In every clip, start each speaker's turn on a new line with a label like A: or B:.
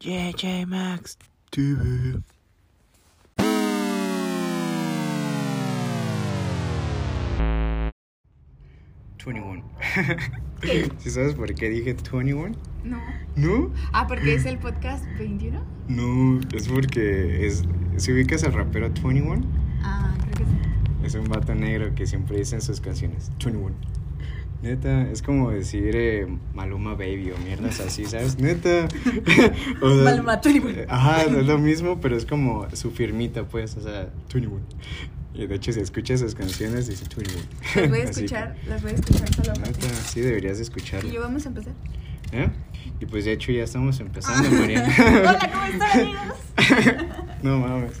A: JJ Max TV.
B: ¿Sí sabes por qué dije 21?
C: No.
B: No,
C: Ah, porque es el podcast 21.
B: no, es porque es. Si ubicas al rapero 21,
C: Ah, creo que sí.
B: es un vato negro que siempre dice en sus canciones 21. Neta, es como decir eh, Maluma Baby o mierdas así, ¿sabes? Neta. O sea,
A: Maluma 21.
B: Ajá, es lo mismo, pero es como su firmita, pues, o sea, 21. Y de hecho, si escuchas esas canciones, dice 21.
C: Las voy a
B: Así,
C: escuchar, las voy a escuchar solo.
B: Neta, sí deberías de
C: Y
B: escucharlo.
C: yo vamos a empezar. Ah.
B: ¿Eh? Y pues de hecho ya estamos empezando, Mariana.
C: Hola, ¿cómo están, amigos?
B: No mames.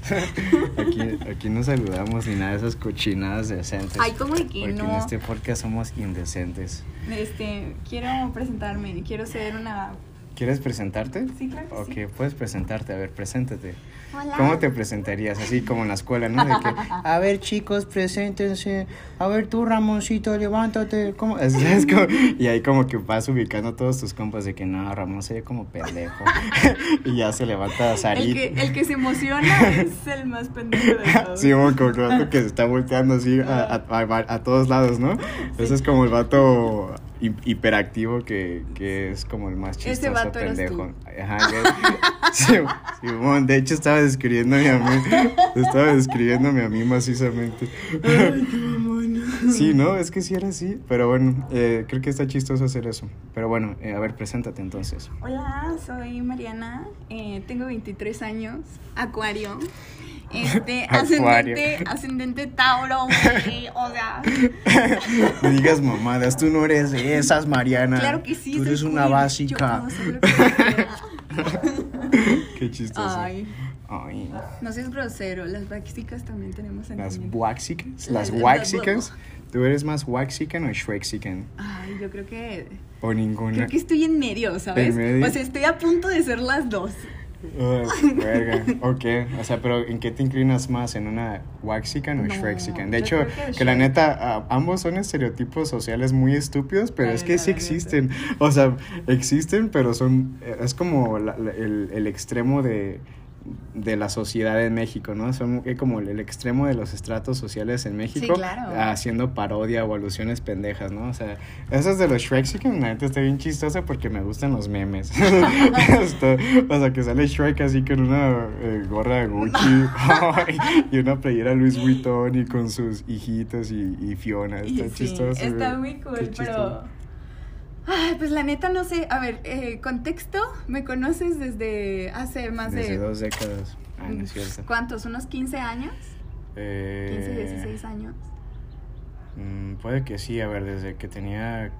B: Aquí, aquí no saludamos ni nada de esas cochinadas decentes.
C: Ay, ¿cómo de que
B: Porque en
C: no?
B: este podcast somos indecentes.
C: Este, quiero presentarme, quiero ser una...
B: ¿Quieres presentarte?
C: Sí, claro que
B: Ok,
C: sí.
B: puedes presentarte. A ver, preséntate.
C: Hola.
B: ¿Cómo te presentarías? Así como en la escuela, ¿no? De que, a ver, chicos, preséntense. A ver, tú, Ramoncito, levántate. ¿Cómo? Es- es como- y ahí como que vas ubicando a todos tus compas de que, no, Ramón se ve como pendejo. y ya se levanta a
C: El
B: salir.
C: que, el que se emociona es el más pendejo de todos.
B: Sí, como, como que vato que se está volteando así a, a- a- a todos lados, ¿no? Ese es como el vato hi- hiperactivo que, que es como el más
C: Ese
B: chistoso
C: vato eres
B: pendejo. Ajá, ya- sí, Simón, de hecho estaba describiéndome a mí, estaba describiéndome a mí macizamente. Sí, ¿no? Es que sí era así, pero bueno, eh, creo que está chistoso hacer eso. Pero bueno, eh, a ver, preséntate entonces.
C: Hola, soy Mariana, eh, tengo 23 años, acuario, este,
B: Acuario.
C: ascendente, ascendente Tauro, güey, o sea,
B: No digas mamadas, tú no eres de esas, Mariana.
C: claro que sí.
B: Tú
C: soy
B: eres una
C: queer, yo
B: básica.
C: puedo ser lo que quiera.
B: Qué chistoso.
C: Ay,
B: Ay,
C: no seas grosero, las básicas también tenemos
B: Las
C: sentimientos.
B: waxicas. Las
C: Las
B: waxicas. ¿Tú eres más waxican o shrexican?
C: Ay, yo creo que,
B: O ninguna.
C: creo que estoy en medio, ¿sabes?
B: En medio.
C: O sea, estoy a punto de ser las dos.
B: Ay, verga. Ok. O sea, pero ¿en qué te inclinas más? ¿En una waxican o
C: No,
B: shrexican? De
C: yo
B: hecho,
C: creo que
B: que,
C: el
B: la
C: shrek.
B: neta, a- ambos son estereotipos sociales muy estúpidos, pero
C: La
B: es que
C: neta,
B: sí
C: la neta.
B: existen. O sea, existen, pero son. Es como la- la- el, el extremo de de la sociedad en México, ¿no? Son eh, como el, el extremo de los estratos sociales en México ah,
C: claro.
B: haciendo parodia o alusiones pendejas, ¿no? O sea, esas de los Shrek que la neta está bien chistosa porque me gustan los memes. Está- o sea, que sale Shrek así con una eh, gorra de Gucci y una playera Luis Vuitton y con sus hijitos y, y Fiona.
C: Y
B: Está
C: sí,
B: chistoso.
C: Está
B: güey.
C: muy cool,
B: Está
C: pero.
B: chistoso.
C: Ay, pues la neta no sé. A ver, eh, contexto, me conoces desde hace más
B: Desde
C: de.
B: dos décadas. Ah, no es cierto.
C: ¿Cuántos? ¿Unos 15 años? 15,
B: Eh,
C: 16 años.
B: mm, puede que sí, a ver, desde que tenía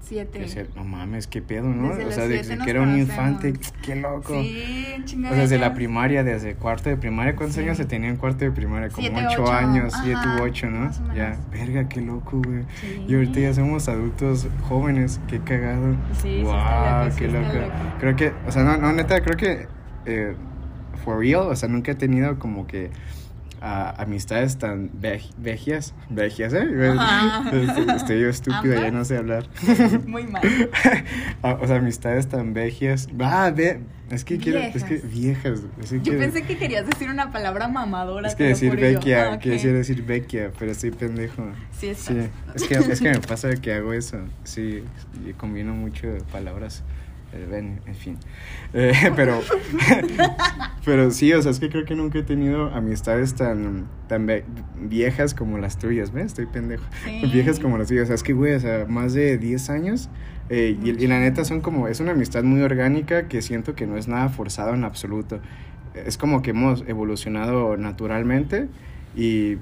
C: 7.
B: Que se- no mames, qué pedo, ¿no?
C: Desde
B: o
C: los
B: sea, desde
C: siete
B: que
C: nos
B: era un
C: conocemos.
B: infante, qué loco.
C: Sí,
B: O
C: chingada.
B: sea, desde la
C: ya.
B: primaria, desde cuarto de primaria, ¿cuántos
C: Sí.
B: años se tenía en cuarto de primaria? Como
C: Siete,
B: ocho,
C: ocho,
B: años, siete u
C: ajá,
B: ocho, ¿no?
C: más o menos.
B: Ya, verga, qué loco, güey.
C: Sí.
B: Y ahorita ya somos adultos jóvenes, qué cagado.
C: Sí, sí
B: wow,
C: está loco, sí
B: qué
C: está
B: loco.
C: loco.
B: Creo que, o sea, no, no, neta, creo que eh, for real, o sea, nunca he tenido como que ah, amistades tan vej- vejias, vejias, ¿eh?
C: Ajá.
B: Estoy, estoy yo estúpido, ya
C: Ambas.
B: no sé hablar.
C: Muy mal.
B: Ah, o sea, amistades tan vejias. Ah, ve, es que quiero, es que
C: Viejas.
B: viejas. Es que
C: Yo
B: quiero-
C: pensé que querías decir una palabra mamadora.
B: es que
C: te lo
B: decir
C: juro yo.
B: vecchia,
C: Ah, ok.
B: quiero decir decir vecchia, pero estoy pendejo.
C: Sí,
B: Sí,
C: estás.
B: es que, es que me pasa que hago eso, sí, y combino mucho palabras, eh, ven, en fin. Eh, pero, pero sí, o sea, es que creo que nunca he tenido amistades tan, tan ve- viejas como las tuyas, ¿ves? Estoy pendejo.
C: Sí.
B: Viejas como las tuyas, o sea, es que, güey, o sea, más de 10 años, eh, y, y la neta son como, es una amistad muy orgánica que siento que no es nada forzado en absoluto. Es como que hemos evolucionado naturalmente y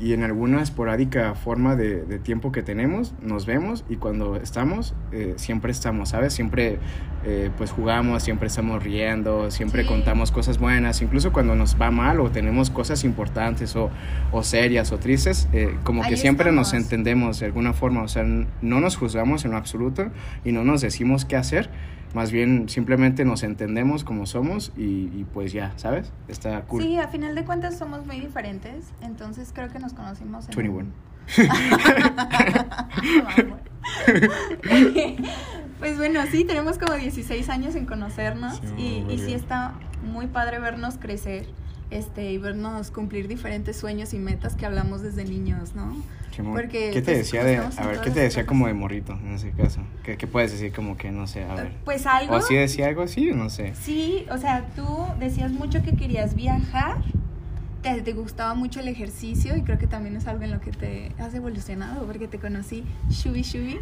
B: y en alguna esporádica forma de, de tiempo que tenemos, nos vemos y cuando estamos, eh, siempre estamos, ¿sabes? Siempre eh, pues jugamos, siempre estamos riendo, siempre
C: Sí.
B: contamos cosas buenas, incluso cuando nos va mal o tenemos cosas importantes o, o serias o tristes, eh, como
C: Ahí
B: que siempre nos
C: estamos.
B: entendemos de alguna forma, o sea, n- no nos juzgamos en lo absoluto y no nos decimos qué hacer. Más bien simplemente nos entendemos como somos y, y pues ya, ¿sabes? Está cool.
C: Sí, a final de cuentas somos muy diferentes, entonces creo que nos conocimos en...
B: 21.
C: Mamón. Pues bueno, sí, tenemos como 16 años en conocernos
A: Sí,
C: y,
A: muy
C: y sí
A: bien.
C: está muy padre vernos crecer este, y vernos cumplir diferentes sueños y metas que hablamos desde niños, ¿no?
B: Qué mo-
C: Porque,
B: ¿Qué te
C: pues,
B: decía
C: como
B: de,
C: estamos
B: a
C: en
B: ver,
C: todas
B: qué te
C: las
B: decía
C: etapas.
B: como de morrito en ese caso? ¿Qué, qué puedes decir como que, no sé, a ver?
C: Pues algo.
B: ¿O si decía algo así o no sé?
C: Sí, o sea, tú decías mucho que querías viajar, te, te gustaba mucho el ejercicio y creo que también es algo en lo que te has evolucionado porque te conocí shubi shubi.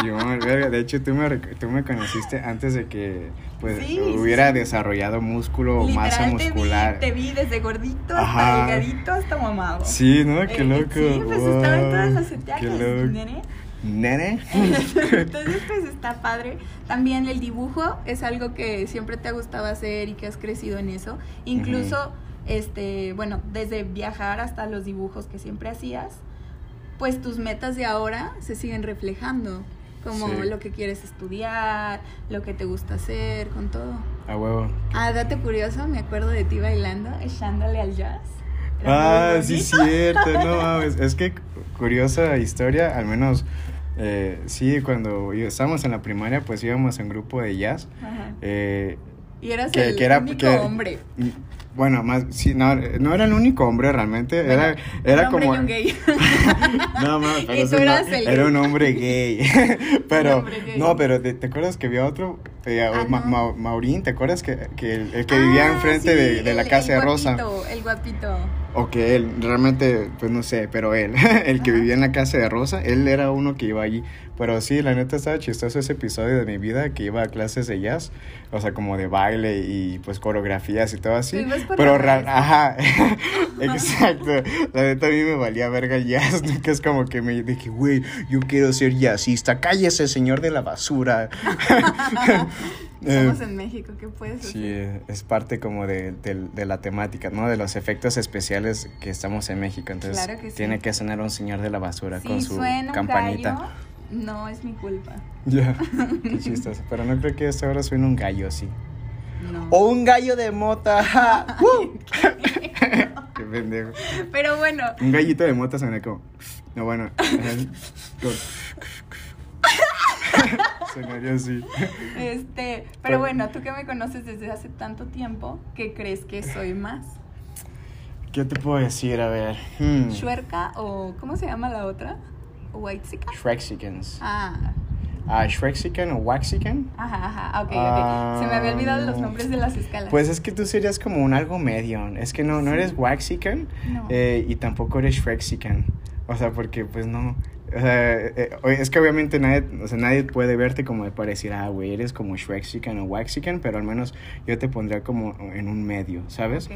B: Sí, amor, verga, de hecho tú me, rec- tú me conociste antes de que pues
C: Sí, sí,
B: hubiera
C: sí.
B: desarrollado músculo o masa
C: Literal,
B: muscular.
C: Te vi, te vi desde gordito hasta
B: Ajá.
C: delgadito hasta mamado.
B: Sí, ¿no? Qué
C: Eh,
B: loco.
C: Sí, pues estaba en todas
B: wow,
C: las etapas,
B: Qué loco.
C: nene.
B: ¿Nene?
C: Entonces, pues está padre. También el dibujo es algo que siempre te ha gustado hacer y que has crecido en eso. Incluso,
B: Ujú.
C: este, bueno, desde viajar hasta los dibujos que siempre hacías, pues tus metas de ahora se siguen reflejando. Como
B: Sí.
C: lo que quieres estudiar, lo que te gusta hacer, con todo.
B: A huevo.
C: Ah, dato curioso, me acuerdo de ti bailando, echándole al jazz. Era
B: Ah,
C: muy
B: sí,
C: bonito.
B: cierto, no mames. Es que cu- curiosa historia, al menos, eh, sí, cuando yo- estábamos en la primaria, pues íbamos a un grupo de jazz.
C: Ajá.
B: eh,
C: Y eras
B: que,
C: el
B: que era.
C: único
B: que-
C: hombre.
B: mm, Bueno, más, sí, no, no era el único hombre realmente,
C: Bueno,
B: era,
C: un
B: era
C: hombre
B: como.
C: y un gay.
B: No, mames, pero
C: Y
B: ese
C: tú
B: no-
C: eras el
B: era
C: gay.
B: un hombre gay. pero,
C: Un hombre gay.
B: no, pero ¿te, te acuerdas que había otro? Eh,
C: Ah,
B: Ma-
C: no.
B: Ma- Maurín, ¿te acuerdas que, que el, el que
C: Ah,
B: vivía enfrente
C: sí,
B: de, de la
C: el-
B: casa
C: el
B: de Rosa?
C: guapito, El guapito.
B: O que él, realmente, pues no sé, pero él, el que
C: Ajá.
B: vivía en la casa de Rosa, él era uno que iba allí. Pero sí, la neta estaba chistoso ese episodio de mi vida que iba a clases de jazz, o sea, como de baile y pues coreografías y todo así.
C: Tú ibas por
B: Pero,
C: la
B: ra-
C: raíz.
B: ajá, exacto. La neta a mí me valía verga el jazz, que es como que me dije, güey, yo quiero ser jazzista, cállese, señor de la basura. Eh,
C: Estamos en México, ¿qué puedes hacer?
B: Sí, eh, es parte como de, del- de la temática, ¿no? De los efectos especiales que estamos en México. Entonces,
C: Claro que sí.
B: tiene que sonar un señor de la basura
C: Si
B: con su
C: suena un gallo,
B: campanita.
C: no es mi culpa.
B: Ya, qué chistoso. Pero no creo que hasta ahora suene un gallo, sí.
C: No.
B: ¡O un gallo de mota! ¡ja! ¡Uh! ¡Qué pendejo!
C: Pero bueno,
B: Un gallito de mota suena como... No, bueno. eh, como- Sonaría así.
C: este, pero
B: Mm. Pero-
C: bueno, tú que me conoces desde hace tanto tiempo, ¿qué crees que soy más?
B: ¿Qué te puedo decir? A ver... hmm,
C: ¿Chuerca o cómo se llama la otra? ¿White chica?
B: Shrexicans.
C: Ah,
B: Ah, Shrexican o Waxican.
C: ajá, ajá, ok, ok. Se me
B: Ah,
C: había olvidado los nombres de las escalas.
B: Pues es que tú serías como un algo medio. Es que no, no eres Waxican
C: No.
B: eh, y tampoco eres Shrexican. O sea, porque pues no. O sea, eh, eh, es que obviamente nadie, o sea, nadie puede verte como de parecer, ah, güey, eres como Shrexican o Waxican, pero al menos yo te pondría como en un medio, ¿sabes?
C: Ok.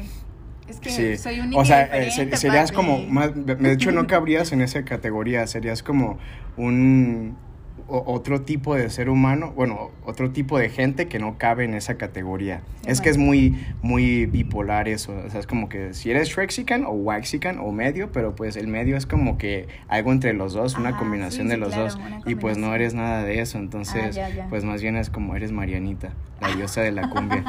C: Es que
B: Sí.
C: soy única
B: o sea,
C: y
B: eh, ser-
C: diferente,
B: serías
C: papi.
B: como más, de hecho no cabrías en esa categoría, serías como un o- otro tipo de ser humano, bueno, otro tipo de gente que no cabe en esa categoría.
C: Sí,
B: es que es
C: bueno.
B: muy muy bipolar eso, o sea, es como que si eres Shrexican o Waxican o medio, pero pues el medio es como que algo entre los dos, una
C: Ah,
B: combinación
C: sí,
B: de
C: sí,
B: los
C: claro,
B: dos
C: una
B: y pues no
C: combinación. Ah,
B: eres nada de eso, entonces
C: ya, ya.
B: pues más bien es como eres Marianita, la diosa de la cumbia.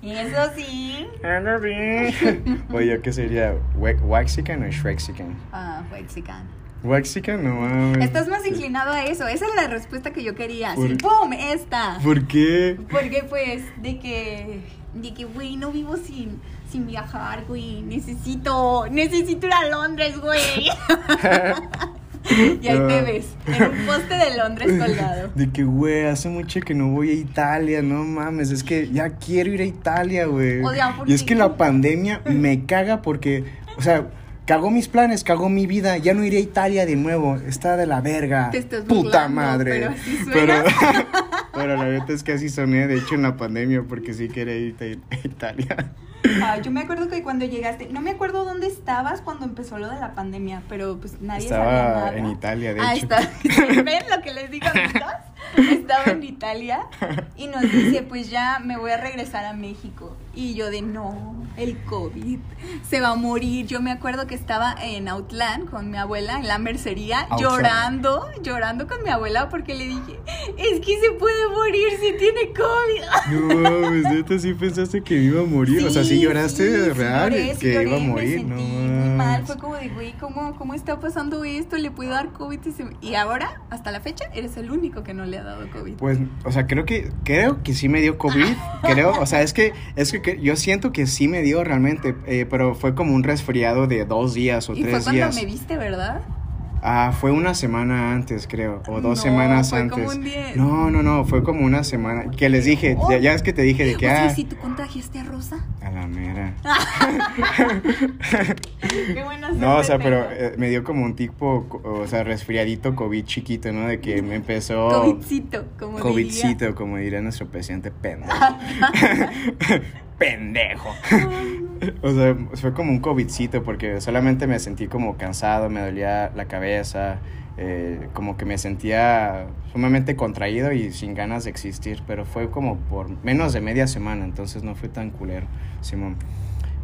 C: Y eso sí.
B: Oye, ¿qué sería? We- ¿Waxican o Shrexican?
C: Ah, white chican.
B: ¿Waxican? No mames.
C: Estás más inclinado a eso. Esa es la respuesta que yo quería.
B: ¿Por-
C: Sí, ¡Pum! Esta.
B: ¿Por qué?
C: Porque pues, de que. De que, güey, no vivo sin, sin viajar, güey. Necesito. Necesito ir a Londres, güey. y ahí
B: Ah.
C: te ves. En un poste de Londres colgado.
B: De que, güey, hace mucho que no voy a Italia, no mames, es que ya quiero ir a Italia, güey.
C: O sea, ¿por
B: Y es
C: qué?
B: que la pandemia me caga porque, o sea, cagó mis planes, cagó mi vida, ya no iré a Italia de nuevo, está de la verga.
C: Te estás
B: Puta
C: burlando,
B: madre.
C: pero así suena.
B: Pero- pero la neta es que así soné, de hecho, en la pandemia, porque sí quería ir a Italia.
C: Ah, yo me acuerdo que cuando llegaste, no me acuerdo dónde estabas cuando empezó lo de la pandemia, pero pues nadie sabía
B: Estaba
C: nada.
B: en Italia, de
C: ah,
B: hecho.
C: está. ¿Ven lo que les digo, amigos? Estaba en Italia y nos dice, pues ya me voy a regresar a México. Y yo de, no, el COVID se va a morir. Yo me acuerdo que estaba en Outland con mi abuela, en la mercería,
B: Outland.
C: llorando, llorando con mi abuela porque le dije, es que se puede morir si tiene COVID.
B: No mames, neta, sí pensaste que me iba a morir. o sea, sí sí, lloraste
C: sí,
B: real,
C: lloré, sí
B: que
C: lloré,
B: iba a morir,
C: Me
B: no
C: sentí muy mal,
B: más.
C: fue como de, güey, ¿cómo, ¿cómo está pasando esto? ¿Le puedo dar COVID? Y, se- y ahora, hasta la fecha, eres el único que no le ha dado COVID.
B: Pues, o sea, creo que, creo que sí me dio COVID, creo, o sea, es que, es que, que yo siento que sí me dio realmente, eh, pero fue como un resfriado de dos días o
C: y fue
B: tres
C: cuando
B: días.
C: me viste, ¿verdad?
B: Ah, fue una semana antes, creo, o dos
C: No,
B: semanas
C: fue como
B: antes.
C: un Oh. día.
B: No, no, no, fue como una semana, que les dije, ya, ya es que te dije de que,
C: Oye,
B: ah,
C: si tú contagiaste a Rosa.
B: a la mera.
C: Ah, Qué buena
B: No, o sea,
C: suerte
B: pero
C: tengo.
B: eh, me dio como un tipo, co- o sea, resfriadito COVID chiquito, ¿no? De que me empezó...
C: Covidcito, como
B: Covidcito, como diría nuestro presidente, pendejo. pendejo. o sea, fue como un Covidcito porque solamente me sentí como cansado, me dolía la cabeza, eh, como que me sentía sumamente contraído y sin ganas de existir, pero fue como por menos de media semana, entonces no fue tan culero, Simón.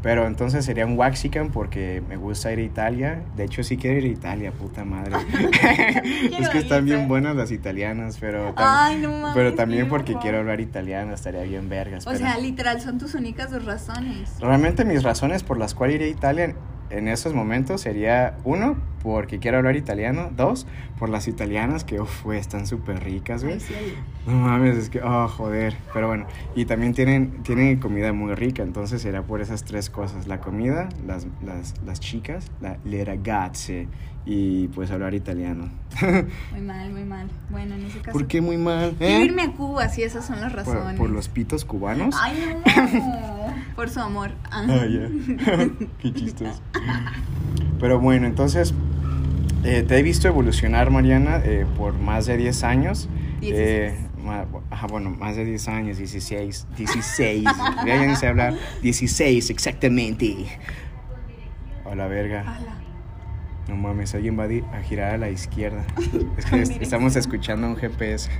B: Pero entonces sería un Waxican porque me gusta ir a Italia. De hecho, sí quiero ir a Italia, puta madre. es que están
C: ir,
B: bien
C: eh.
B: buenas las italianas, pero tam-
C: Ay, no mames,
B: pero también
C: qué
B: porque
C: loco.
B: quiero hablar italiano, estaría bien vergas.
C: O
B: pero-
C: sea, literal, son tus únicas dos razones.
B: realmente mis razones por las cuales iría a Italia en esos momentos sería, uno, porque quiero hablar italiano, dos, por las italianas que, uff, güey, están súper ricas, güey.
C: Ay, sí, ay.
B: No mames, es que, oh, joder. Pero bueno, y también tienen, tienen comida muy rica, entonces será por esas tres cosas: la comida, las, las, las chicas, la, le ragazze y pues hablar italiano.
C: Muy mal, muy mal. Bueno, en ese caso.
B: ¿Por qué muy mal?
C: Quiero
B: ¿Eh?
C: irme a Cuba, sí, esas son las
B: Por-
C: razones.
B: ¿Por los pitos cubanos?
C: Ay, no. Por su amor. Ah.
B: Ah, ya. Qué chistoso. Pero bueno, entonces eh, te he visto evolucionar, Mariana, eh, por más de 10 años. Eh, ma- ajá, bueno, más de 10 años, 16. 16. ya ya ni sé hablar. 16, exactamente. A la verga.
C: Ala.
B: No mames, alguien va a, di- a girar a la izquierda. Es que es- estamos escuchando un GPS.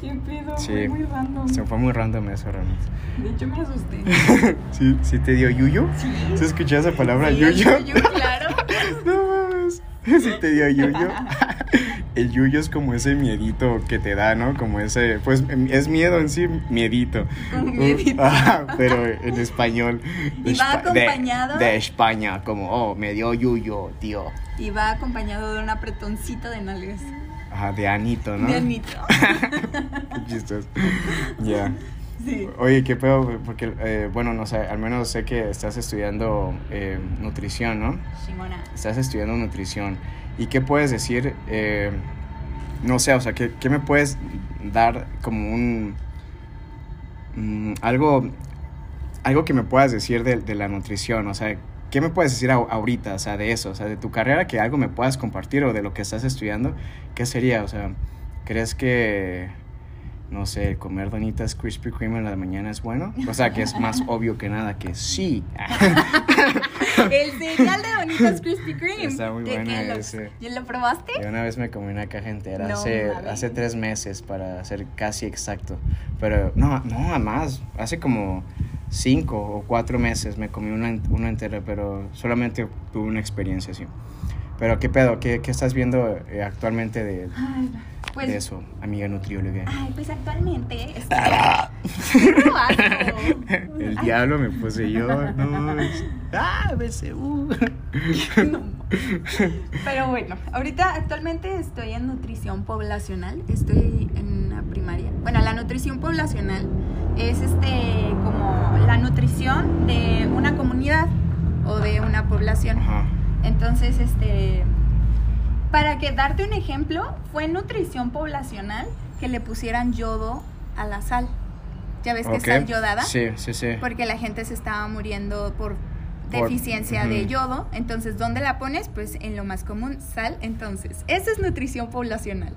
C: Qué pedo,
B: Sí.
C: fue muy random.
B: Se fue muy random eso, realmente.
C: De hecho, me asusté.
B: ¿Sí, sí te dio yuyo?
C: Sí.
B: ¿Se escuchó esa palabra
C: Sí,
B: yuyo?
C: el yuyo, claro.
B: No mames. Si te dio yuyo. El yuyo es como ese miedito que te da, ¿no? Como ese. Pues em, es miedo en sí, miedito.
C: Un miedito.
B: Ah, pero en español.
C: Y va
B: Espa- de-
C: acompañado.
B: De, España, como, oh, me dio yuyo, tío.
C: Y va acompañado de un apretoncito de nalgas.
B: Ajá, de Anito, ¿no?
C: De anito.
B: Qué chistoso. Ya.
C: Sí.
B: Oye, qué pedo, porque, eh, bueno, no sé, al menos sé que estás estudiando eh, nutrición, ¿no?
C: Shimona.
B: estás estudiando nutrición y qué puedes decir, eh, no sé, o sea, ¿qué, qué me puedes dar como un... mm, algo, algo que me puedas decir de, de la nutrición, o sea, ¿qué me puedes decir au- ahorita, o sea, de eso, o sea, de tu carrera, que algo me puedas compartir o de lo que estás estudiando, ¿qué sería? O sea, ¿crees que... No sé, comer donitas Krispy Kreme en la mañana es bueno. O sea, que es más obvio que nada que sí. Ah.
C: El cereal de Donitas Krispy Kreme.
B: Está muy
C: De
B: buena
C: Kellogg's.
B: ese.
C: ¿Ya lo probaste?
B: Yo una vez me comí una caja entera
C: No
B: hace,
C: mames.
B: hace tres meses para ser casi exacto. Pero no, no, más. Hace como cinco o cuatro meses me comí una, en- una entera, pero solamente tuve una experiencia así. Pero qué pedo, qué, qué estás viendo eh, actualmente de,
C: Ay, Pues,
B: de eso, amiga nutrióloga.
C: ay, pues actualmente. estoy- ¡Qué asco!
B: El
C: Ay,
B: diablo me poseyó, no. es- Ah, BCU.
C: no. Pero bueno, ahorita actualmente estoy en nutrición poblacional. Estoy en la primaria. Bueno, la nutrición poblacional es este como la nutrición de una comunidad o de una población.
B: Ajá.
C: Entonces, este, para que darte un ejemplo, fue en nutrición poblacional que le pusieran yodo a la sal. Ya ves que
B: Ok.
C: es sal yodada,
B: Sí, sí, sí.
C: porque la gente se estaba muriendo por
B: Por-
C: deficiencia de
B: ujú.
C: yodo. Entonces, ¿dónde la pones? Pues en lo más común, sal. Entonces, esa es nutrición poblacional.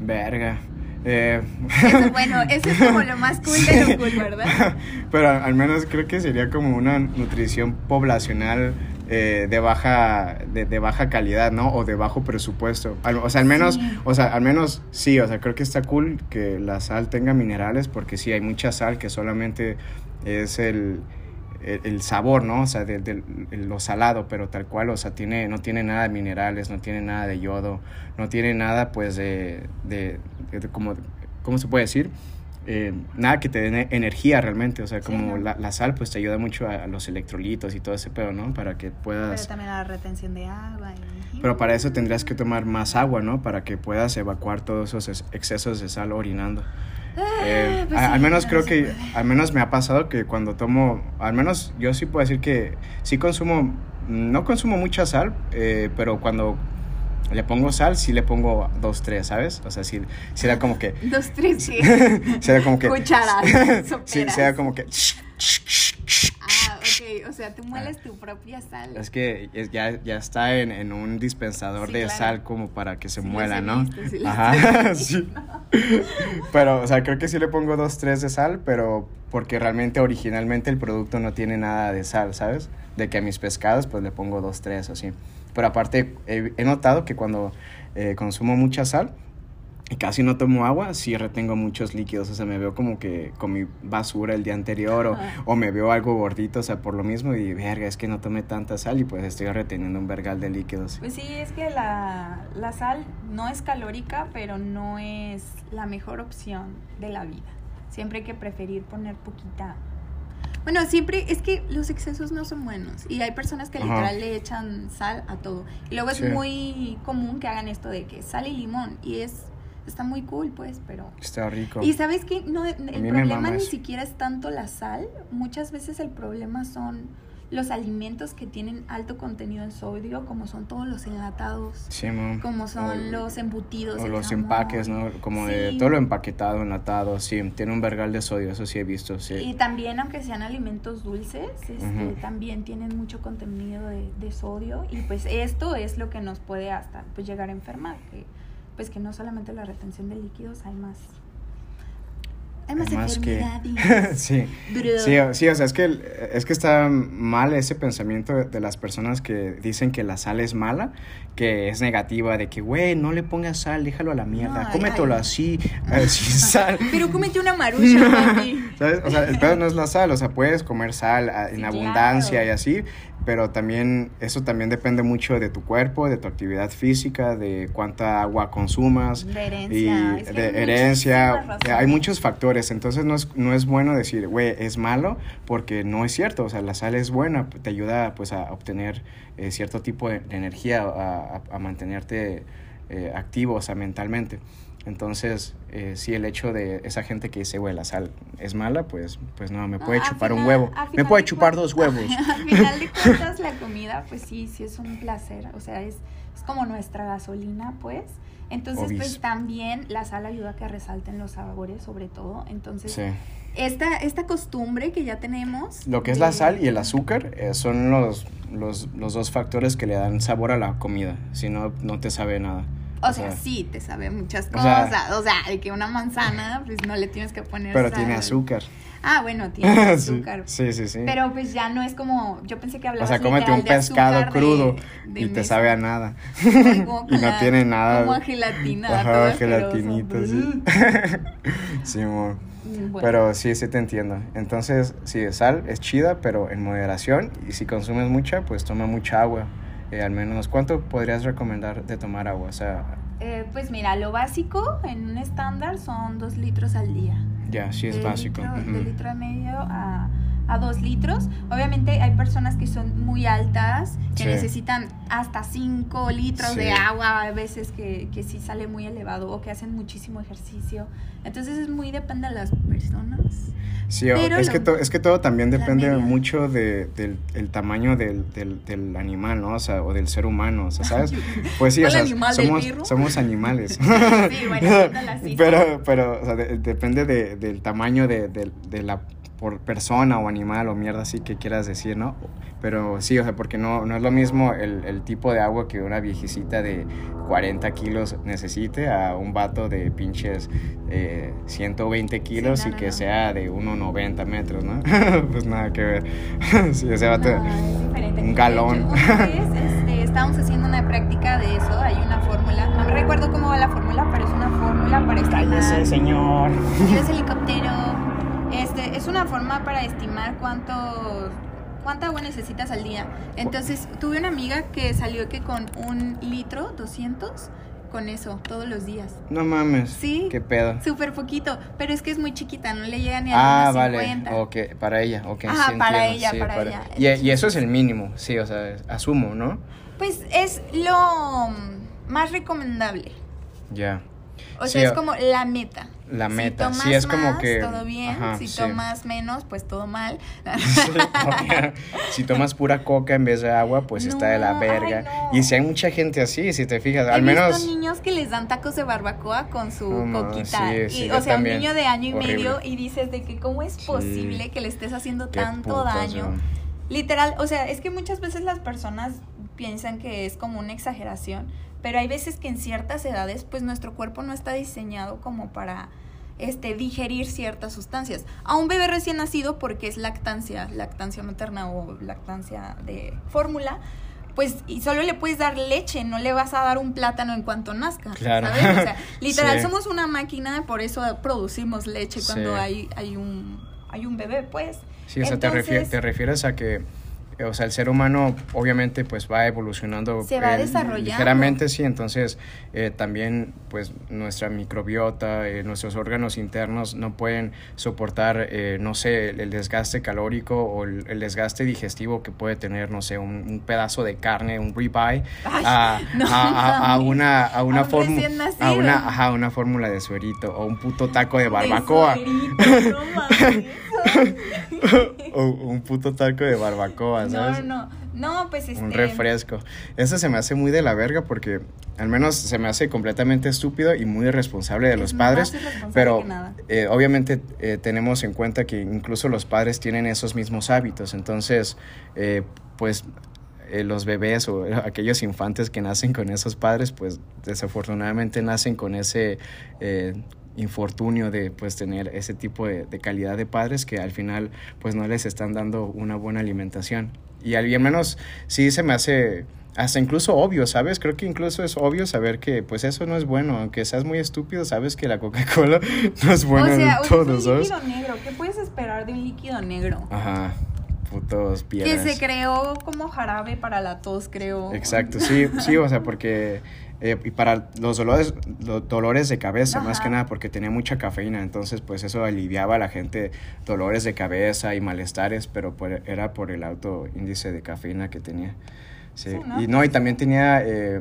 B: Verga. Eh,
C: Eso, bueno, eso es como lo más cool de lo cool, ¿verdad?
B: Pero al menos creo que sería como una nutrición poblacional eh, de baja de, de baja calidad, ¿no? O de bajo presupuesto. Al- o sea, al menos,
C: Sí.
B: o sea, al menos sí, o sea, creo que está cool que la sal tenga minerales porque sí hay mucha sal que solamente es el el- el sabor, ¿no? O sea, de, de- lo salado, pero tal cual, o sea, tiene, no tiene nada de minerales, no tiene nada de yodo, no tiene nada, pues, de, de, de- de- como, ¿cómo se puede decir? eh, nada que te den e- energía realmente, o sea, como la, la sal pues te ayuda mucho a, a los electrolitos y todo ese pedo, ¿no? Para que
C: Pero
B: puedas...
C: también la retención de agua. y-
B: Ah, Pero para eso tendrías que tomar más agua, ¿no? Para que puedas evacuar todos esos ex- excesos de sal orinando. Eh,
C: Ah, pues
B: a-
C: sí,
B: al menos
C: no
B: creo
C: se
B: que,
C: puede.
B: al menos me ha pasado que cuando tomo, al menos yo sí puedo decir que sí consumo, no consumo mucha sal, eh, pero cuando le pongo sal, sí le pongo dos, tres, ¿sabes? O sea, sí, sí era como que,
C: Dos, tres, sí.
B: sí era como que,
C: Cucharadas,
B: sí,
C: soperas.
B: sí era como que,
C: Ah, ok. O sea, tú mueles tu propia sal.
B: es que es- ya, ya está en, en un dispensador
C: Sí,
B: de
C: claro.
B: sal como para que se
C: Sí,
B: muela,
C: las he
B: ¿no?
C: visto, sí, las
B: Ajá, sí. Pero, o sea, creo que sí le pongo dos, tres de sal, pero porque realmente originalmente el producto no tiene nada de sal, ¿sabes? De que a mis pescados pues le pongo dos, tres, así. Pero aparte he, he notado que cuando eh, consumo mucha sal y casi no tomo agua, sí retengo muchos líquidos, o sea, me veo como que con mi basura el día anterior o,
C: Ah.
B: o me veo algo gordito, o sea, por lo mismo y verga, es que no tomé tanta sal y pues estoy reteniendo un vergal de líquidos.
C: Pues sí, es que la, la sal no es calórica, pero no es la mejor opción de la vida. Siempre hay que preferir poner poquita. Bueno, siempre es que los excesos no son buenos y hay personas que
B: Ajá.
C: literal le echan sal a todo. Y luego es
B: Sí.
C: muy común que hagan esto de que sal y limón y es está muy cool, pues, pero
B: Está rico.
C: y sabes que no, el
B: mí me
C: problema
B: mama
C: ni
B: eso.
C: siquiera es tanto la sal, muchas veces el problema son los alimentos que tienen alto contenido en sodio, como son todos los enlatados,
B: Sí, mo.
C: como son
B: O-
C: los embutidos.
B: O
C: el
B: los
C: jamón.
B: empaques, ¿no? Como de
C: ah, Sí.
B: todo lo empaquetado, enlatado, sí. Tiene un vergal de sodio, eso sí he visto,
C: Y
B: sí.
C: también, aunque sean alimentos dulces, este,
B: Ujú.
C: también tienen mucho contenido de, de sodio y pues esto es lo que nos puede hasta pues, llegar a enfermar, que, pues que no solamente la retención de líquidos, hay más, hay más,
B: Además que...
C: enfermedades.
B: sí.
C: Bro.
B: Sí, o- sí, o sea, es que, el- es que está mal ese pensamiento de- de las personas que dicen que la sal es mala, que es negativa, de que, güey, no le pongas sal, déjalo a la mierda,
C: ay,
B: cómetelo
C: ay.
B: así, eh, sin sal.
C: Pero cómete una marucha, papi.
B: ¿Sabes? O sea, el pedo no es la sal, o sea, puedes comer sal ah, en
C: Sí,
B: abundancia
C: claro.
B: y así, pero también eso también depende mucho de tu cuerpo, de tu actividad física, de cuánta agua consumas
C: De
B: y
C: herencia. es que
B: de
C: hay
B: herencia. eh,
C: muchísimas
B: Hay
C: razones.
B: muchos factores, entonces no es, no es bueno decir, güey, es malo, porque no es cierto, o sea, la sal es buena, te ayuda pues a obtener eh, cierto tipo de, de energía, a, a- a mantenerte eh, activo, o sea, mentalmente. Entonces, eh, sí, el hecho de esa gente que dice, güey, la sal es mala, pues, pues no, me
C: No,
B: puede
C: al
B: chupar un
C: final-
B: huevo,
C: al
B: me
C: final
B: puede
C: de
B: chupar dos
C: cuentas-
B: huevos.
C: Al final de cuentas, la comida, pues sí, sí es un placer. O sea, es, es como nuestra gasolina, pues. Entonces,
B: Obis.
C: pues también la sal ayuda a que resalten los sabores, sobre todo. Entonces,
B: Sí.
C: esta, esta costumbre que ya tenemos.
B: Lo que es
C: de-
B: la sal y el azúcar eh, son los, los, los dos factores que le dan sabor a la comida, si no, no te sabe nada.
C: O sea, sí, te sabe muchas
B: o sea-
C: cosas. O sea, de que una manzana, pues no le tienes que poner
B: Pero
C: sal.
B: tiene azúcar.
C: Ah, bueno, tiene
B: Sí,
C: azúcar.
B: Sí, sí, sí.
C: Pero pues ya no es como, yo pensé que
B: o
C: hablabas
B: sea, cómete un
C: literal de
B: pescado
C: azúcar de-
B: crudo
C: de
B: y te
C: mesa.
B: sabe a nada.
C: Ay,
B: y no
C: guácala,
B: tiene nada.
C: Como a gelatina.
B: Ajá,
C: todo asqueroso.
B: gelatinito, sí. sí, amor.
C: Mm, bueno.
B: Pero sí, sí te entiendo. Entonces, sí, sal es chida, pero en moderación. Y si consumes mucha, pues toma mucha agua. Eh, al menos, ¿cuánto podrías recomendar de tomar agua? O sea,
C: Eh, pues mira, lo básico en un estándar son dos litros al día.
B: ya, sí es
C: De
B: básico.
C: litro-
B: Ujú.
C: Eh, De litro y medio a, a dos litros. Obviamente hay personas que son muy altas, que
B: Sí.
C: necesitan hasta cinco litros
B: Sí.
C: de agua, a veces que, que sí sale muy elevado o que hacen muchísimo ejercicio. Entonces es muy depende de las personas.
B: Sí, o-
C: Pero
B: es,
C: lo-
B: que to- es que todo también
C: la
B: depende
C: media.
B: mucho de- del el tamaño del, del- del animal, ¿no? O sea, o del ser humano, o sea, ¿sabes? Pues sí,
C: ¿Fue
B: o
C: el
B: sea,
C: animal del
B: somos,
C: birro?
B: somos animales.
C: Sí, bueno, viéndola así.
B: pero, pero, o sea, de- depende de- del tamaño de, de- de la por persona o animal o mierda así que quieras decir, ¿no? Pero sí, o sea, porque no, no es lo mismo el, el tipo de agua que una viejecita de 40 kilos necesite a un vato de pinches eh, 120 kilos
C: no,
B: y
C: no,
B: que
C: no.
B: sea de 1,90 metros, ¿no? pues nada que ver. sí, ese vato...
C: No, es diferente.
B: un galón.
C: Yo una vez, este, estábamos haciendo una práctica de eso. Hay una fórmula. No recuerdo cómo va la fórmula, pero es una fórmula para estimar.
B: señor.
C: Dios helicóptero. Este, es una forma para estimar cuánto, cuánta agua necesitas al día. Entonces, tuve una amiga que salió que con un litro, 200, con eso todos los días.
B: No mames.
C: Sí.
B: ¿Qué pedo?
C: Súper poquito, pero es que es muy chiquita, no le llega ni a
B: Ah,
C: unos
B: vale.
C: 50.
B: Ok, para ella, ok.
C: Ajá,
B: sí,
C: para
B: entiendo,
C: ella,
B: sí,
C: para ella.
B: Y, y eso es el mínimo, sí, o sea, asumo, ¿no?
C: Pues es lo mm, más recomendable.
B: Ya.
C: O
B: Sí,
C: sea, es
B: o-
C: como la meta.
B: La meta,
C: Si tomas
B: sí, es como
C: más,
B: que-
C: todo bien.
B: ajá,
C: si
B: sí.
C: tomas menos, pues todo mal.
B: Sí, obvio. si tomas pura coca en vez de agua, pues está de la
C: No,
B: verga.
C: ay, no.
B: Y si hay mucha gente así, si te fijas, al
C: He
B: menos...
C: visto niños que les dan tacos de barbacoa con su
B: No, ma,
C: coquita.
B: sí, sí,
C: y,
B: yo
C: o sea,
B: también.
C: un niño de año y
B: Horrible.
C: medio y dices de que cómo es
B: Sí.
C: posible que le estés haciendo
B: Qué
C: tanto
B: putas,
C: daño.
B: ¿no?
C: Literal, o sea, es que muchas veces las personas piensan que es como una exageración, pero hay veces que en ciertas edades, pues nuestro cuerpo no está diseñado como para este, digerir ciertas sustancias. A un bebé recién nacido, porque es lactancia, lactancia materna o lactancia de fórmula, pues y solo le puedes dar leche, no le vas a dar un plátano en cuanto nazca.
B: Claro.
C: ¿sabes? O sea, literal,
B: Sí.
C: somos una máquina, por eso producimos leche cuando
B: Sí.
C: hay, hay, un, hay un bebé, pues.
B: Sí, o sea, te, refie-
C: Entonces-
B: te refieres a que, eh, o sea, el ser humano obviamente pues va evolucionando. eh,
C: Se va desarrollando.
B: Ligeramente, sí, entonces eh, también pues nuestra microbiota, eh, nuestros órganos internos no pueden soportar, eh, no sé, el, el desgaste calórico o el, el desgaste digestivo que puede tener, no sé, un, un pedazo de carne, un ribeye,
C: Ay,
B: a,
C: no
B: a- a- a
C: mames.
B: una, a una
C: A un
B: fórmula,
C: recién
B: a
C: nacido.
B: una, ajá, una fórmula de suerito o un puto taco de
C: De
B: barbacoa.
C: suerito, no mames.
B: O un puto taco de barbacoa, ¿sabes?
C: No, no, no, pues este.
B: Un refresco. Eso se me hace muy de la verga porque al menos se me hace completamente estúpido y muy irresponsable de
C: es
B: los
C: más
B: padres.
C: irresponsable
B: Pero
C: que nada.
B: eh, obviamente eh, tenemos en cuenta que incluso los padres tienen esos mismos hábitos. Entonces, eh, pues eh, los bebés o aquellos infantes que nacen con esos padres, pues desafortunadamente nacen con ese eh, infortunio de pues tener ese tipo de, de calidad de padres que al final pues no les están dando una buena alimentación. Y al y al menos sí se me hace hasta incluso obvio, ¿sabes? Creo que incluso es obvio saber que pues eso no es bueno, aunque seas muy estúpido, sabes que la Coca-Cola no es buena
C: o sea,
B: en
C: o sea,
B: todo,
C: es un
B: ¿sabes?
C: líquido negro. ¿Qué puedes esperar de un líquido negro?
B: Ajá, putos
C: que
B: piedras.
C: se creó como jarabe para la tos, creo.
B: Exacto, sí, sí, o sea, porque eh, y para los dolores, los dolores de cabeza, más
C: Ajá.
B: que nada, porque tenía mucha cafeína, entonces pues eso aliviaba a la gente dolores de cabeza y malestares, pero por- era por el alto índice de cafeína que tenía. Sí.
C: Sí, ¿no?
B: Y no, y también tenía eh,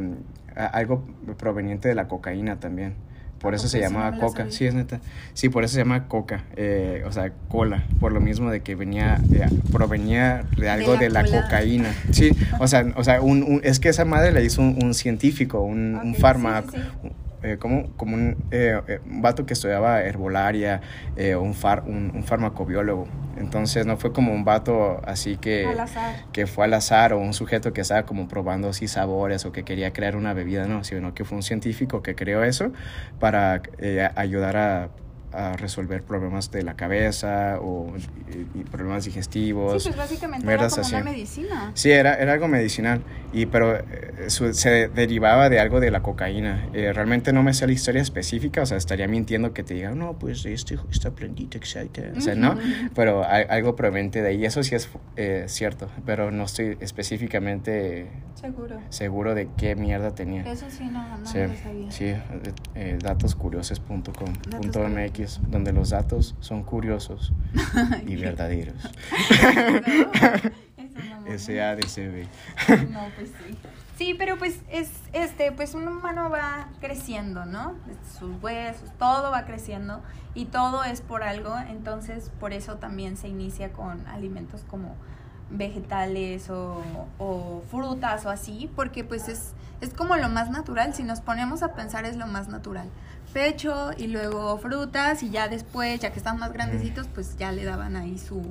B: a- algo proveniente de la cocaína también. Por
C: Ah,
B: eso se
C: ok, esa no
B: llamaba
C: me la
B: coca,
C: sabía.
B: sí, es neta. Sí, por eso se llama coca, eh, o sea, cola, por lo mismo de que venía, eh, provenía de algo
C: la
B: de la,
C: cola.
B: cocaína. Sí, o sea, o sea un, un- es que esa madre la hizo un, un científico, un,
C: Ok,
B: un
C: sí,
B: fármaco,
C: sí, sí.
B: eh, como, como un, eh, eh, un vato que estudiaba herbolaria, eh, un, far, un, un farmacobiólogo. Entonces no fue como un vato así que
C: Al azar.
B: que fue al azar o un sujeto que estaba como probando así sabores o que quería crear una bebida, no, sino que fue un científico que creó eso para eh, a- ayudar a, a resolver problemas de la cabeza o y- y problemas digestivos.
C: Sí, pues básicamente era
B: Mierdas
C: como una
B: así.
C: medicina.
B: Sí, era, era algo medicinal, y, pero eh, su- se derivaba de algo de la cocaína. Eh, realmente no me sé la historia específica, o sea, estaría mintiendo que te digan, no, pues este, esta plantita excita. O sea, no,
C: Ujú.
B: pero hay- algo proveniente de ahí. Eso sí es eh, cierto, pero no estoy específicamente
C: Seguro.
B: seguro de qué mierda tenía.
C: Eso sí, no, no
B: sí,
C: lo sabía.
B: sí, eh, eh, datoscuriosos.com.mx,
C: curiosos.
B: donde los datos son curiosos y verdaderos.
C: Eso no,
B: S.A.D.C.B.
C: No, pues sí. Sí, pero pues es este, pues un humano va creciendo, ¿no? Sus huesos, todo va creciendo y todo es por algo, entonces por eso también se inicia con alimentos como vegetales o, o frutas o así, porque pues es, es como lo más natural, si nos ponemos a pensar es lo más natural. Pecho y luego frutas y ya después, ya que están más grandecitos, pues ya le daban ahí su,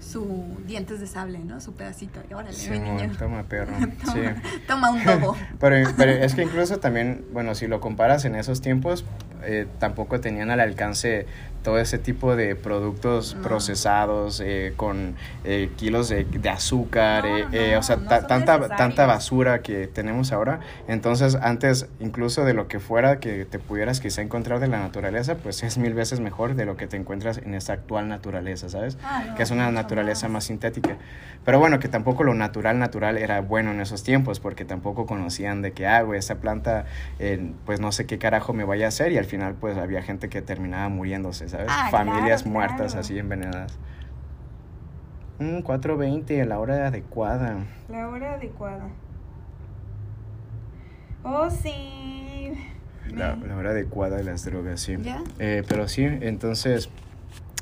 C: su dientes de sable, ¿no? Su pedacito. Y órale, mi
B: Simón,
C: niño.
B: toma perro. Sí.
C: Toma, toma un tobo.
B: Pero, pero es que incluso también, bueno, si lo comparas en esos tiempos, eh, tampoco tenían al alcance todo ese tipo de productos
C: No.
B: procesados eh, con eh, kilos de, de azúcar,
C: No,
B: eh,
C: no,
B: eh, o sea,
C: no
B: ta-
C: son
B: tanta,
C: necesarios.
B: tanta basura que tenemos ahora. Entonces, antes incluso de lo que fuera que te pudieras quizá encontrar de la naturaleza, pues es mil veces mejor de lo que te encuentras en esta actual naturaleza, ¿sabes?
C: Ah, no,
B: que es una
C: mucho
B: naturaleza
C: más.
B: más sintética. Pero bueno, que tampoco lo natural, natural era bueno en esos tiempos, porque tampoco conocían de qué hago, esta planta, eh, pues no sé qué carajo me vaya a hacer, y al final pues había gente que terminaba muriéndose, ¿sabes?
C: Ah,
B: Familias
C: claro,
B: muertas
C: claro.
B: así envenenadas. Mm, 4.20, a la hora adecuada.
C: La hora adecuada. Oh, sí.
B: La,
C: Me-
B: la hora adecuada de las drogas, sí.
C: ¿Ya?
B: Eh, pero sí, entonces,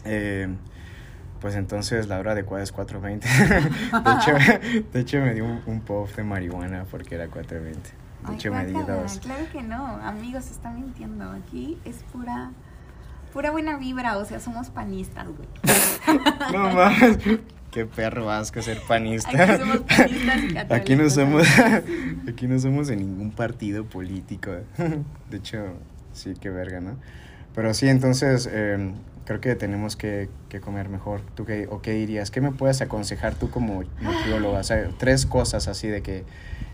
B: eh, pues entonces la hora adecuada es 4.20. de, hecho, de hecho, me dio un, un puff de marihuana porque era 4.20. De
C: Ay,
B: hecho, me di
C: guácala,
B: dos.
C: Claro que no, amigos, se está mintiendo. Aquí es pura pura buena vibra, o sea, somos panistas, güey.
B: No mames, qué perro asco ser panista.
C: Aquí somos panistas y católicos.
B: Aquí no somos, aquí no somos de ningún partido político. De hecho, sí, qué verga, ¿no? Pero sí, entonces eh, creo que tenemos que, que comer mejor. ¿Tú qué, o qué dirías? ¿Qué me puedes aconsejar tú como nutrióloga? O sea, tres cosas así de que,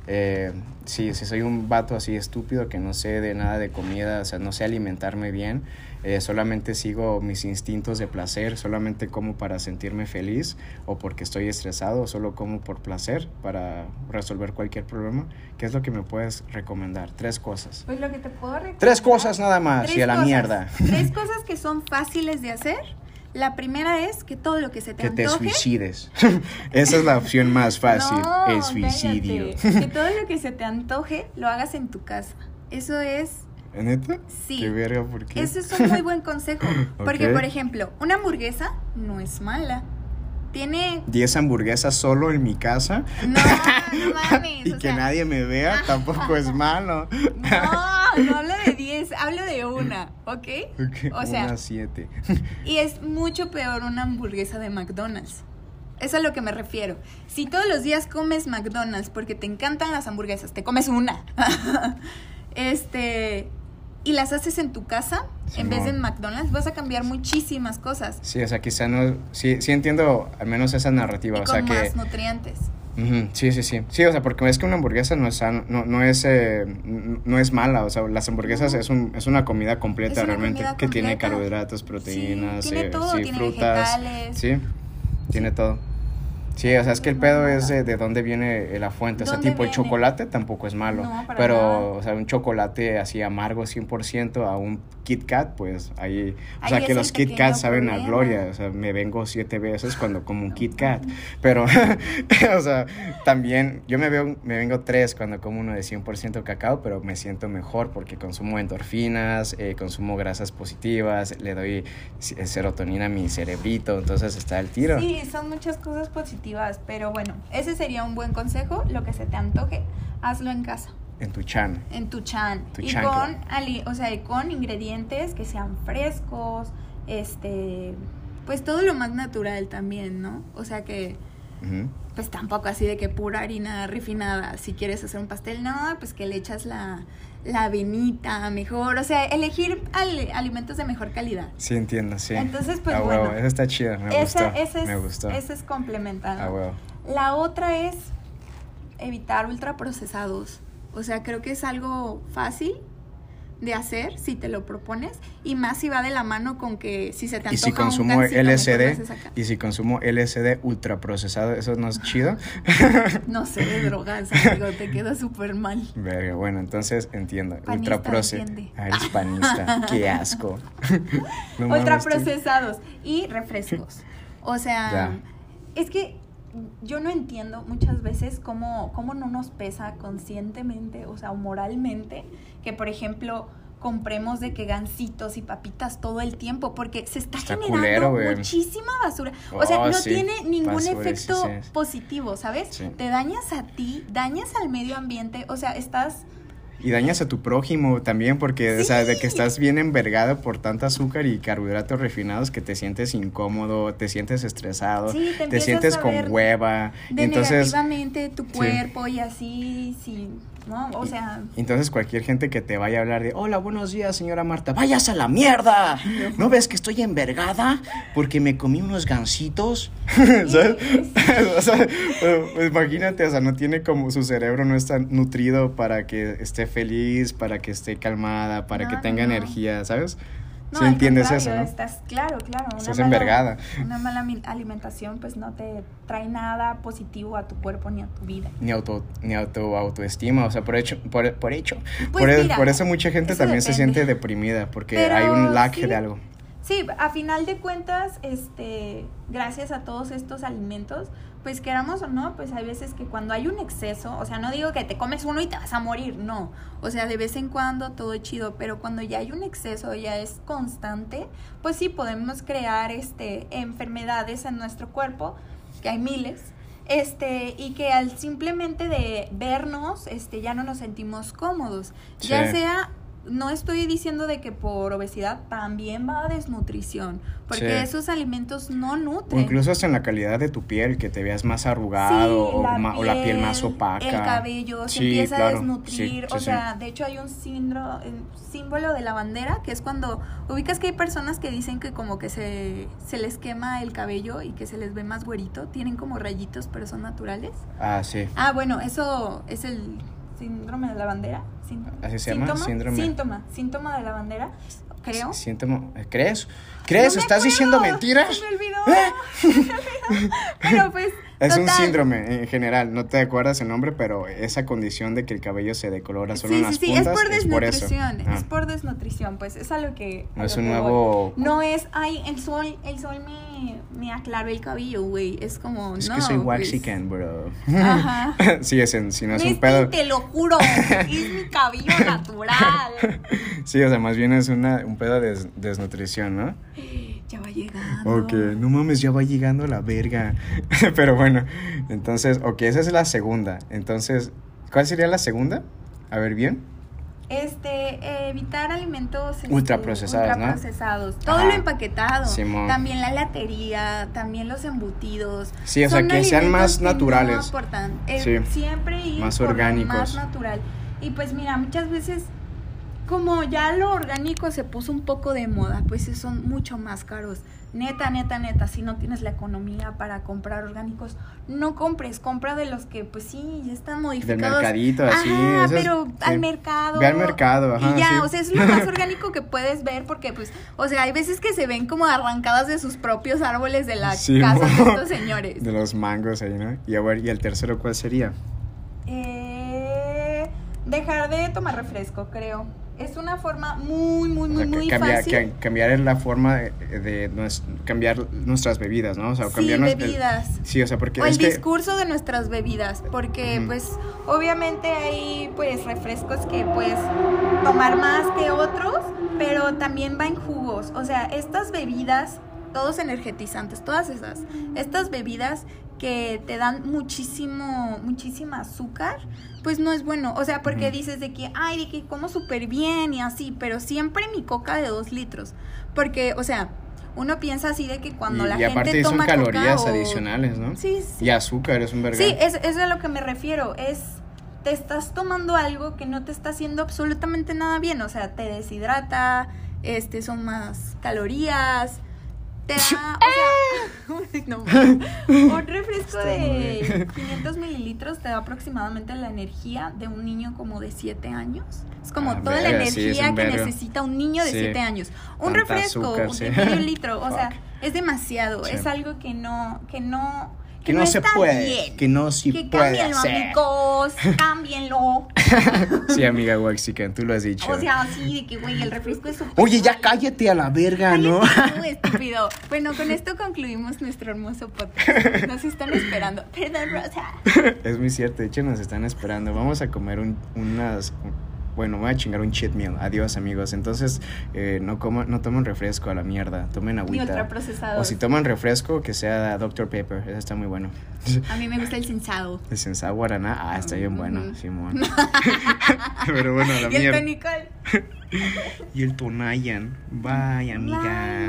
B: eh, sí, si soy un vato así estúpido que no sé de nada de comida, o sea, no sé alimentarme bien, eh, solamente sigo mis instintos de placer, solamente como para sentirme feliz o porque estoy estresado, o solo como por placer para resolver cualquier problema. ¿Qué es lo que me puedes recomendar? Tres cosas.
C: Pues lo que te puedo recomendar.
B: Tres cosas nada más
C: Tres
B: y a la
C: cosas.
B: mierda.
C: Tres cosas que son fáciles de hacer. La primera es que todo lo que se te
B: Que te
C: antoje
B: suicides. Esa es la opción más fácil.
C: No,
B: el suicidio.
C: cállate. Que todo lo que se te antoje lo hagas en tu casa. Eso es
B: ¿Neta?
C: Sí.
B: Qué verga, ¿por qué?
C: Ese es un muy buen consejo. Porque,
B: Ok.
C: por ejemplo, una hamburguesa no es mala. Tiene.
B: 10 hamburguesas solo en mi casa
C: No, Ah, no mames.
B: y
C: o
B: que
C: sea,
B: nadie me vea tampoco es malo.
C: No, no hablo de 10, hablo de una, ¿ok?
B: Ok,
C: O sea,
B: Una 7.
C: Y es mucho peor una hamburguesa de McDonald's. Eso es a lo que me refiero. Si todos los días comes McDonald's porque te encantan las hamburguesas, te comes una. este. Y las haces en tu casa, en vez de en
B: Simón.
C: McDonald's, vas a cambiar muchísimas cosas.
B: Sí, o sea, quizá no. Sí, sí entiendo al menos esa narrativa.
C: Y
B: o
C: con
B: sea, que.
C: más nutrientes.
B: Ujú, Sí, sí, sí. Sí, o sea, porque es que una hamburguesa no es, san- no, no es, eh, n- no es mala. O sea, las hamburguesas
C: No.
B: es, un, es una comida completa
C: Es una
B: realmente.
C: comida
B: que tiene
C: completa.
B: carbohidratos, proteínas,
C: Sí, tiene
B: eh,
C: todo,
B: sí,
C: tiene
B: frutas.
C: vegetales.
B: Sí, tiene todo. Sí, o sea, es que el
C: Pues, No,
B: pedo
C: nada.
B: es de, de dónde viene eh, la fuente. O sea,
C: ¿Dónde
B: tipo el
C: viene?
B: chocolate tampoco es malo.
C: No, para
B: pero,
C: nada.
B: o sea, un chocolate así amargo 100% a un Kit Kat, pues ahí. O
C: Ahí
B: sea,
C: es
B: que
C: el
B: los Kit
C: pequeño
B: Kat saben a
C: problema.
B: gloria. O sea, me vengo siete veces cuando como un Kit Kat. Pero, o sea, también yo me, veo, me vengo tres cuando como uno de 100% cacao, pero me siento mejor porque consumo endorfinas, eh, consumo grasas positivas, le doy c- serotonina a mi cerebrito, entonces está el tiro.
C: Sí, son muchas cosas positivas, pero bueno, ese sería un buen consejo. Lo que se te antoje, hazlo en casa,
B: En tu chan.
C: en tu chan.
B: Tu
C: y
B: chancla.
C: con, ali- o sea, y con ingredientes que sean frescos, este, pues todo lo más natural también, ¿no? O sea que,
B: Ujú.
C: pues tampoco así de que pura harina refinada. Si quieres hacer un pastel, no, pues que le echas la, la avenita mejor. O sea, elegir al- alimentos de mejor calidad.
B: Sí, entiendo, sí.
C: Entonces, pues,
B: Ah, huevo,
C: bueno.
B: eso está chido, me
C: Esa-
B: gustó.
C: ese es,
B: me gustó.
C: ese es complementar.
B: Ah, huevo.
C: La otra es evitar ultraprocesados. O sea, creo que es algo fácil de hacer si te lo propones y más si va de la mano con que si se te antoja
B: Y si
C: un
B: consumo
C: gansito, mejor lo
B: LSD,
C: haces acá.
B: y si consumo LSD ultraprocesado, ¿eso no es chido?
C: no sé de drogas, amigo, te queda súper mal.
B: Verga, bueno, entonces entiendo.
C: Panista,
B: Ultraproce.
C: entiende.
B: Ah, eres panista. Qué asco. No mames, tú-
C: ultraprocesados y refrescos. O sea,
B: Ya.
C: es que yo no entiendo muchas veces cómo, cómo no nos pesa conscientemente, o sea, o moralmente, que por ejemplo compremos de que gansitos y papitas todo el tiempo, porque se está,
B: Está
C: generando
B: culero, güey.
C: muchísima basura. O sea,
B: Oh,
C: no
B: sí.
C: tiene ningún
B: Basura, sí,
C: efecto
B: sí.
C: positivo, ¿sabes?
B: Sí.
C: Te dañas a ti, dañas al medio ambiente, o sea, estás
B: Y dañas a tu prójimo también, porque, o sea, de que estás bien envergado por tanto azúcar y carbohidratos refinados que te sientes incómodo, te sientes estresado,
C: Sí, te
B: Oh, te,
C: empiezas
B: sientes
C: a
B: con
C: ver
B: hueva. Y
C: De
B: entonces,
C: negativamente tu cuerpo y así, sí, ¿no? O sea,
B: entonces cualquier gente que te vaya a hablar de, hola, buenos días, señora Marta, vayas a la mierda. ¿No ves que estoy envergada porque me comí unos gansitos? ¿Sabes? o sea, pues, pues, imagínate, o sea, no tiene como su cerebro no está nutrido para que esté feliz, para que esté calmada, para
C: No,
B: que
C: no,
B: tenga
C: no.
B: energía, ¿sabes?
C: no,
B: si
C: al
B: entiendes
C: contrario,
B: eso, ¿no?
C: Estás, claro, claro. una
B: Estás
C: mala-
B: envergada.
C: Una mala mi- alimentación pues no te trae nada positivo a tu cuerpo ni a tu vida.
B: Ni auto, ni auto autoestima, o sea, por hecho, por, por hecho.
C: Pues
B: por, e-
C: mira,
B: por eso mucha gente
C: eso
B: también se
C: depende.
B: siente deprimida, porque
C: Pero
B: hay un lack
C: sí.
B: de algo.
C: Sí, a final de cuentas, este, gracias a todos estos alimentos, pues queramos o no, pues hay veces que cuando hay un exceso, o sea, no digo que te comes uno y te vas a morir, no. O sea, de vez en cuando todo chido, pero cuando ya hay un exceso, ya es constante, pues sí podemos crear este enfermedades en nuestro cuerpo, que hay miles. Este, y que al simplemente de vernos, este, ya no nos sentimos cómodos. Ya
B: Sí.
C: sea, no estoy diciendo de que por obesidad también va a desnutrición, porque
B: Sí.
C: esos alimentos no
B: O
C: nutren.
B: incluso hasta en la calidad de tu piel, que te veas más arrugado
C: Sí,
B: o, ma- o la piel más opaca.
C: El cabello se
B: Sí,
C: empieza a
B: claro, sí,
C: desnutrir. o
B: sí, sí.
C: sea, de hecho hay un síndro- el símbolo de la bandera que es cuando ubicas que hay personas que dicen que como que se, se les quema el cabello y que se les ve más güerito. Tienen como rayitos, pero son naturales.
B: Ah, sí.
C: Ah, bueno, eso es el síndrome de la bandera. Sin-
B: ¿Así se llama?
C: ¿Síntoma?
B: Síndrome.
C: Síntoma, síntoma de la bandera, creo.
B: Siento mo- eh, ¿Crees? ¿Crees?
C: No me
B: ¿Estás diciendo
C: acuerdo,
B: mentiras?
C: Se me olvidó.
B: ¿Eh?
C: se me olvidó. Pero pues.
B: Es un
C: total.
B: síndrome en general, no te acuerdas el nombre, pero esa condición de que el cabello se decolora solo
C: sí,
B: en las
C: sí, sí, es
B: puntas eso.
C: por desnutrición, es por,
B: Ah,
C: desnutrición, pues es a lo que... a
B: no es
C: lo
B: un
C: que
B: nuevo...
C: voy. No es, ay, el sol, el sol me, me aclaró el cabello, güey, es como,
B: Es
C: no,
B: que soy
C: pues.
B: waxican, bro.
C: Ajá.
B: sí, es en, si no
C: No
B: es
C: es
B: un pedo.
C: tinte, lo juro, es mi cabello natural.
B: Sí, o sea, más bien es una, un pedo de des- desnutrición, ¿no?
C: Ya va llegando.
B: Ok, no mames, ya va llegando la verga. Pero bueno, entonces, ok, esa es la segunda. Entonces, ¿cuál sería la segunda? A ver, bien.
C: Este, eh, evitar alimentos este,
B: Ultraprocesados, ¿no?
C: ultraprocesados. Todo
B: Ajá.
C: lo empaquetado.
B: Simón.
C: También la latería, también los embutidos.
B: Sí, o sea,
C: Son
B: que sean
C: alimentos
B: más
C: que No
B: naturales.
C: aportan. Eh,
B: Sí.
C: Siempre ir
B: Más
C: por lo
B: orgánicos.
C: más natural. Y pues mira, muchas veces como ya lo orgánico se puso un poco de moda, pues sí son mucho más caros. Neta, neta, neta, si no tienes la economía para comprar orgánicos, no compres, compra de los que pues sí, ya están
B: Del
C: modificados.
B: mercadito, así. eso
C: Ajá,
B: es-
C: Ah, pero al
B: sí.
C: mercado.
B: Ve al mercado, ajá.
C: Y ya,
B: sí.
C: o sea, es lo más orgánico que puedes ver porque, pues, o sea, hay veces que se ven como arrancadas de sus propios árboles de la
B: Sí,
C: casa de
B: mo.
C: estos señores.
B: De los mangos ahí, ¿no? Y a ver, ¿y el tercero cuál sería?
C: Eh, dejar de tomar refresco, creo. Es una forma muy, muy,
B: O
C: muy,
B: sea,
C: muy
B: ca- cambiar,
C: fácil.
B: ca- cambiar la forma de, de nues- cambiar nuestras bebidas, ¿no? O sea,
C: Sí,
B: cambiar nues- el-
C: bebidas.
B: sí, o sea, porque
C: o el
B: es que
C: discurso de nuestras bebidas, porque
B: Ujú.
C: pues obviamente hay pues refrescos que puedes tomar más que otros, pero también va en jugos, o sea, estas bebidas, todos energetizantes, todas esas, estas bebidas que te dan muchísimo, muchísima azúcar, pues no es bueno, o sea, porque
B: Ujú.
C: dices de que, ay, de que como súper bien y así, pero siempre mi coca de dos litros, porque, o sea, uno piensa así de que cuando
B: y,
C: la
B: y aparte
C: gente
B: son
C: toma
B: calorías
C: coca o-
B: adicionales, ¿no?
C: Sí, sí.
B: Y azúcar, es un vergal.
C: Sí, es, es a lo que me refiero. Es. Te estás tomando algo que no te está haciendo absolutamente nada bien. O sea, te deshidrata, este, son más calorías. Te da. O sea, no, un refresco de 500 mililitros te da aproximadamente la energía de un niño como de 7 años. Es como
B: Ah,
C: toda la
B: verga, sí, es
C: energía
B: un
C: que
B: verga.
C: necesita un niño de
B: Sí.
C: 7 años. Un
B: Tanta
C: refresco
B: azúcar,
C: de
B: sí.
C: medio litro. O sea,
B: Fuck.
C: es demasiado.
B: Sí.
C: Es algo que no. Que no
B: que, no, se
C: está
B: puede,
C: bien.
B: que no sí
C: que
B: puede
C: cámbienlo,
B: ser.
C: amigos, cámbienlo.
B: Sí, amiga Waxican, tú lo has dicho.
C: O sea, así de que, güey, el refresco es súper
B: Oye, ya
C: válido.
B: cállate a la verga, ¿no?
C: Cállate tú, estúpido. Bueno, con esto concluimos nuestro hermoso podcast. Nos están esperando. Perdón, Rosa.
B: es muy cierto, de hecho nos están esperando. Vamos a comer un- unas bueno, voy a chingar un cheat meal. Adiós, amigos. Entonces, eh, no, coman, no tomen refresco a la mierda. Tomen
C: Ni
B: agüita.
C: ultraprocesados.
B: O si toman refresco, que sea Dr. Pepper. Ese está muy bueno.
C: A mí me gusta el sensado.
B: El sensado guaraná. Ah, está bien bueno,
C: Ujú.
B: Simón. Pero bueno, a la
C: y el
B: mierda.
C: tonicol.
B: Y el Tonayan. Bye, amiga.
C: Bye.